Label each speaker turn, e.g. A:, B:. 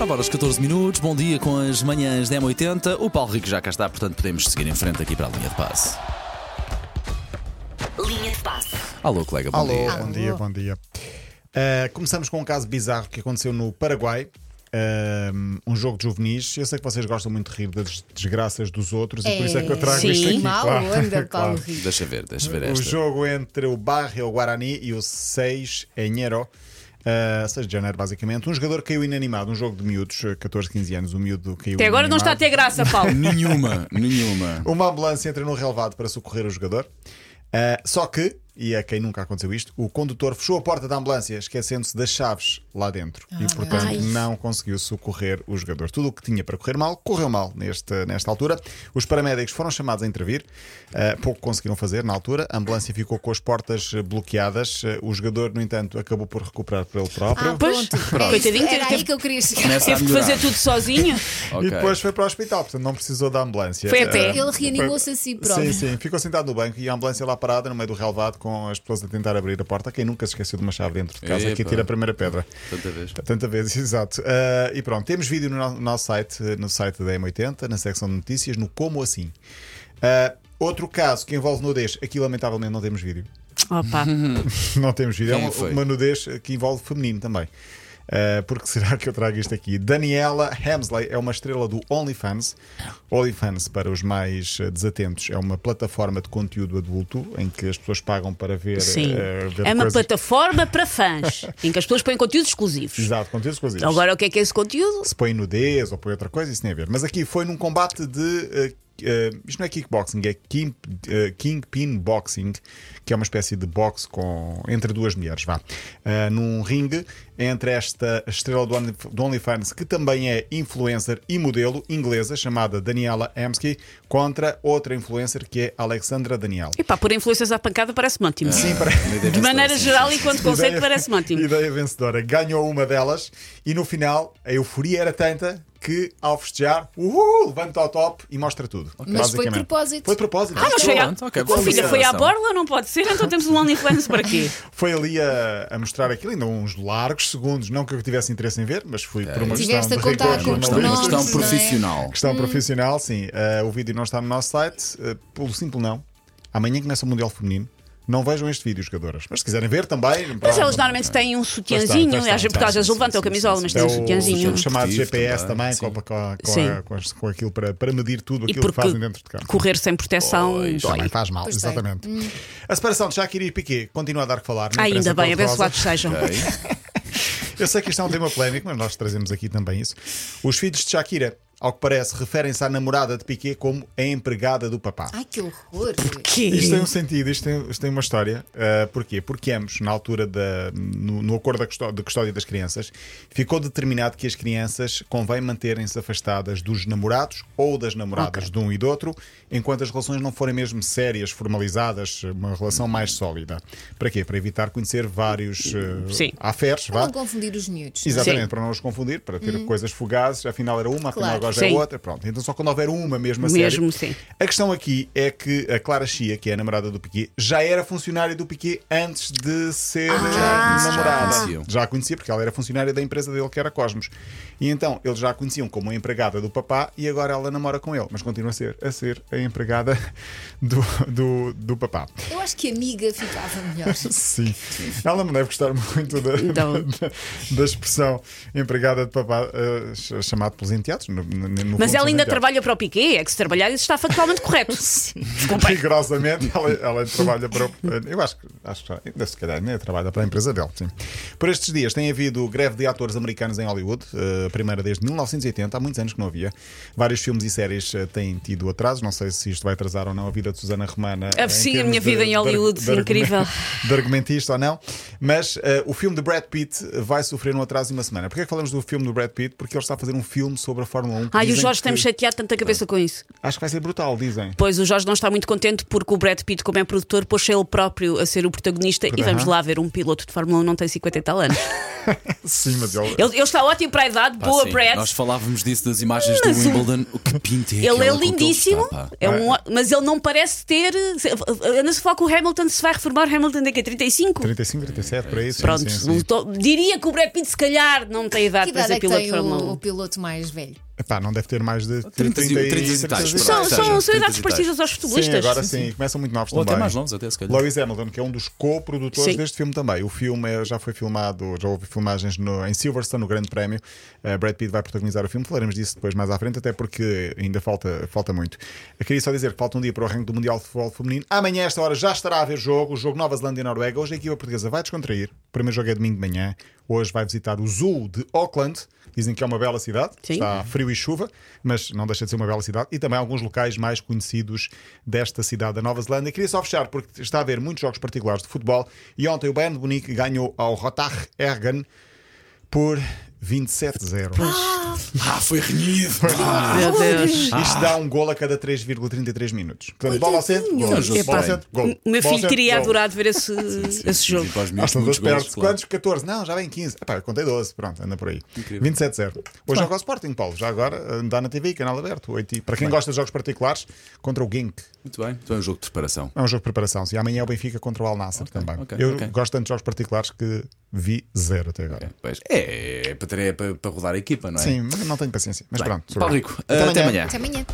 A: Agora os 14 minutos, bom dia com as manhãs da M80. O Paulo Rico já cá está, portanto podemos seguir em frente aqui para a linha de passe.
B: Linha de passe.
A: Alô, colega, bom
C: Alô,
A: dia.
C: bom dia, bom dia. Uh, começamos com um caso bizarro que aconteceu no Paraguai. Uh, um jogo de juvenis. Eu sei que vocês gostam muito de rir das desgraças dos outros e por isso é que eu trago
D: sim.
C: isto aqui.
D: Mal
C: claro,
D: anda, Paulo
C: claro.
D: Rico.
A: Deixa ver, deixa ver
C: O
A: esta.
C: jogo entre o Barrio Guarani e o 6 Enhero. Uh, 6 de janeiro, basicamente. Um jogador caiu inanimado, um jogo de miúdos, eh, 14, 15 anos. O miúdo caiu
D: Até agora não está a
C: inanimado.
D: ter graça, Paulo.
A: Nenhuma, nenhuma.
C: Uma ambulância entra no relevado para socorrer o jogador. Ah, só que, e a quem nunca aconteceu isto, o condutor fechou a porta da ambulância, esquecendo-se das chaves lá dentro. e, portanto, não conseguiu socorrer o jogador. Tudo o que tinha para correr mal, correu mal neste, nesta altura. Os paramédicos foram chamados a intervir, ah, pouco conseguiram fazer na altura. A ambulância ficou com as portas eh, bloqueadas. Ah, o jogador, no entanto, acabou por recuperar por ele próprio.
D: Ah, pois, coitadinho,
E: Era
D: teve-
E: aí que eu queria chegar.
A: Começa a
D: Teve que
A: melhorar.
D: fazer tudo sozinho.
A: Ok.
C: E depois foi para o hospital, portanto, não precisou da ambulância.
D: Foi a pé.
C: Ah,
E: Ele reanimou-se a si próprio.
C: Sim, sim. Ficou sentado no banco e a ambulância lá parada no meio do relvado com as pessoas a tentar abrir a porta. Quem nunca se esqueceu de uma chave dentro de casa
A: Epa.
C: que atira a primeira pedra.
A: Tanta vez.
C: Tanta vez, exato. Ah, e pronto, temos vídeo no no- no nosso site, eh, no site da M80, na secção de notícias, no Como Assim. Ah, outro caso que envolve nudez, aqui lamentavelmente não temos vídeo.
D: Opa.
C: Não temos vídeo,
A: Quem
C: é uma,
A: foi?
C: uma nudez que envolve feminino também. Ah, porque será que eu trago isto aqui? Daniela Hemsley é uma estrela do OnlyFans. OnlyFans, para os mais ah, desatentos, é uma plataforma de conteúdo adulto em que as pessoas pagam para ver.
D: Sim.
C: ah, ver
D: É uma
C: coisas-
D: plataforma para fãs, em que as pessoas põem conteúdos exclusivos.
C: Exato, conteúdos exclusivos.
D: Agora, o que é que é esse conteúdo?
C: se põe nudez ou põe outra coisa, isso tem a ver. Mas aqui foi num combate de. eh, eh, isto não é kickboxing, é king, eh, kingpin boxing, que é uma espécie de boxe com, entre duas mulheres, vá. Eh, num ringue entre esta estrela do, Only- do OnlyFans, que também é influencer e modelo inglesa, chamada Daniela Amsky, contra outra influencer que é Alexandra Daniel.
D: Epá, pôr influências à pancada parece-me ótimo.
C: Sim, parece.
D: De maneira geral, enquanto conceito, parece-me ótimo.
C: Ideia vencedora. Ganhou uma delas e no final a euforia era tanta que ao festejar, uhul, levanta ao top e mostra tudo.
E: Mas foi de
C: basicamente.
E: propósito.
C: Foi de propósito.
D: Ah, mas foi à-
A: Pronto, ok,
D: Oh,
A: boa
D: filha, foi à
A: observação.
D: borla, não pode ser, então temos um OnlyFans para quê?
C: Foi ali a, a mostrar aquilo, ainda uns largos segundos. Não que eu tivesse interesse em ver, mas fui por uma
E: É, Tiveste
C: questão
E: a
C: de
E: contar
C: rigor
E: com
A: Uma questão, uma
C: jornalístico.
E: Nós,
A: questão
E: não é?
A: profissional.
C: Questão profissional, sim. Ah, o vídeo não está no nosso site, ah, pelo simples não. Amanhã começa o Mundial Feminino. Não vejam este vídeo, jogadoras. Mas se quiserem ver também.
D: Mas elas
C: pronto.
D: normalmente têm um
C: Pois
D: sutiãzinho,
C: tem,
D: às
C: pois tem,
D: vezes, porque às vezes
A: sim,
D: levantam a
A: sim,
D: camisola,
A: sim,
D: mas
A: sim.
D: têm um
A: É o-
D: sutiãzinho.
C: o chamado
A: Desportivo
C: GPS também,
A: também,
C: com, com- com-
D: Sim.
C: com as- com aquilo para, para medir tudo
D: E
C: aquilo que
D: porque
C: fazem dentro de casa.
D: correr sem proteção
A: Pois,
D: dói. Hum.
C: Também faz mal,
E: Pois tem.
C: exatamente. A separação de Shakira e Piqué continua a dar que falar. não
D: Ah,
C: interessa
D: Ainda
C: cor
D: bem,
C: de rosa.
D: abençoados sejam.
C: Eu sei que isto é um tema polémico, mas nós trazemos aqui também isso. Os filhos de Shakira, ao que parece, referem-se à namorada de Piqué como a empregada do
D: Ah,
C: papá.
E: Ai, que horror.
C: Isto tem um
D: Que
C: sentido, isto tem, isto tem uma história. Ah, porquê? Porque ambos, na altura da, no, no acordo da custó- de custódia das crianças, ficou determinado que as crianças convém manterem-se afastadas dos namorados ou das namoradas de um e do outro, enquanto as relações não forem mesmo sérias, formalizadas, uma relação mais sólida. Para quê? Para evitar conhecer vários
D: Sim.
C: ah, affairs,
E: Para
C: vá.
E: não confundir os miúdos. não é?
C: Exatamente,
D: Sim. Uhum.
C: para não os confundir, para ter coisas fugazes, afinal era uma, afinal
E: Claro.
C: agora já é
D: Sim.
C: outra, pronto. Então só quando houver uma mesmo a sério.
D: Mesmo, sim.
C: A questão aqui é que a Clara Chia, que é a namorada do Piquet, já era funcionária do Piquet antes de
D: Ah,
C: ser eh, namorada.
A: Já conheciam.
C: Já a conhecia, porque ela era funcionária da empresa dele, que era Cosmos. E então eles já a conheciam como a empregada do papá e agora ela namora com ele, mas continua a ser a, ser a empregada do, do, do papá.
E: Eu acho que amiga ficava melhor.
C: Sim. Ela não deve gostar muito da,
D: Então.
C: da, da expressão empregada de papá, eh, ch- chamado pelos enteados. No, no- no
D: Mas
C: fundo, são
D: ela ainda
C: enteados.
D: trabalha para o Piquet, é que se trabalhar isso está factualmente correto.
C: Rigorosamente, ela, ela trabalha para. o- Eu acho que, acho que ainda se calhar, né, trabalha para a empresa dele. Sim. Por estes dias tem havido greve de atores americanos em Hollywood, eh, a primeira desde 1980, há muitos anos que não havia. Vários filmes e séries eh, têm tido atrasos, não sei se isto vai atrasar ou não a vida de Susana Romana. eh, em
D: Ah, Sim, a
C: termos
D: minha vida em Hollywood, incrível.
C: argumento- De argumentista ou não, mas eh, o filme de Brad Pitt vai sofrer um atraso de uma semana. Porquê é que falamos do filme do Brad Pitt? Porque ele está a fazer um filme sobre a Fórmula 1
D: Ai, o
C: dizem
D: Jorge
C: que-
D: tem-me chateado tanta cabeça com isso.
C: Acho que vai ser brutal, dizem.
D: Pois o Jorge não está muito contente porque o Brad Pitt, como é produtor, pôs-se ele próprio a ser o protagonista e vamos
C: Aham.
D: lá ver um piloto de Fórmula 1 não tem 50 e tal anos.
C: Sim, mas ele.
D: Ele, ele está ótimo para a idade,
A: Pá,
D: boa
A: Ah, sim,
D: Brad.
A: Nós falávamos disso das imagens do Wimbledon. O que pinta
D: Ele é
A: aquela com que
D: lindíssimo,
A: está, pá.
D: é um ó- mas ele não parece ter. se- Anda-se a falar que o Hamilton se vai reformar. O Hamilton daqui a 35?
C: 35, 37, para isso.
D: Pronto, um- não tô- diria que o Brad Pitt se calhar não tem idade
E: Que
D: para
E: idade
D: ser
E: é que
D: Ah, piloto
E: tem
D: de
E: o,
D: Fórmula
E: o
D: 1.
E: piloto mais velho?
C: Epá, não deve ter mais de
A: 30
C: 30
A: e- 30 e tais, pronto.
D: São,
A: Seja,
D: são, são
A: 30
D: idades
A: e tais.
D: parecidas aos
C: Sim,
D: futebolistas.
C: agora sim, começam muito novos
A: Ou até
C: também.
A: mais novos, até se calhar.
C: Lois Hamilton, que é um dos co-produtores
D: Sim.
C: deste filme também. O filme eh, já foi filmado, já houve filmagens no- em Silverstone, no Grande Prémio. Eh, Brad Pitt vai protagonizar o filme, falaremos disso depois mais à frente, até porque ainda falta, falta muito. Eu queria só dizer que falta um dia para o arranque do Mundial de Futebol Feminino. Amanhã, a esta hora, já estará a haver jogo, o jogo Nova Zelândia e Noruega. Hoje a equipa portuguesa vai descontrair. O primeiro jogo é domingo de manhã. Hoje vai visitar o Zoo de Auckland. Dizem que é uma bela cidade.
D: Sim.
C: Está Há frio e chuva, mas não deixa de ser uma bela cidade. E também alguns locais mais conhecidos desta cidade da Nova Zelândia. Queria só fechar, porque está a haver muitos jogos particulares de futebol. E ontem o Bayern de Munique ganhou ao Rotar Ergen por 27-0.
A: Ah, foi renhido. Ah,
D: Meu Deus.
C: Isto dá um gol a cada 3,33 minutos. Portanto, bola ao centro, gol.
A: Coitadinho.
C: Bola ao
A: Epá,
C: centro, gol.
D: O meu
C: Bola ao
D: filho
C: centro,
D: teria
C: gol.
D: adorado ver esse, esse jogo.
A: Sim, para os
C: Ah,
A: miúdos,
C: estão
A: muitos
C: todos
A: golos,
C: perto.
A: claro.
C: Quantos? 14? Não, já vem 15. Epá, eu contei 12. Pronto, anda por aí.
A: Incrível.
C: 27-0. Hoje joga o Sporting, Paulo. Já agora, eh, dá na TV, canal aberto. oito e- Para quem gosta de jogos particulares, contra o Gink.
A: Muito bem, então é um jogo de preparação.
C: É um jogo de preparação. E amanhã é o Benfica contra o Al Nassr também.
A: ok,
C: eu
A: ok.
C: gosto tanto de jogos particulares que vi zero até agora.
A: É, pois, é, é para, ter- é para- para rodar a equipa, não é?
C: Sim, mas não tenho paciência. Mas pronto.
A: Paulo
C: sobre.
A: Rico, até amanhã.
E: Até amanhã.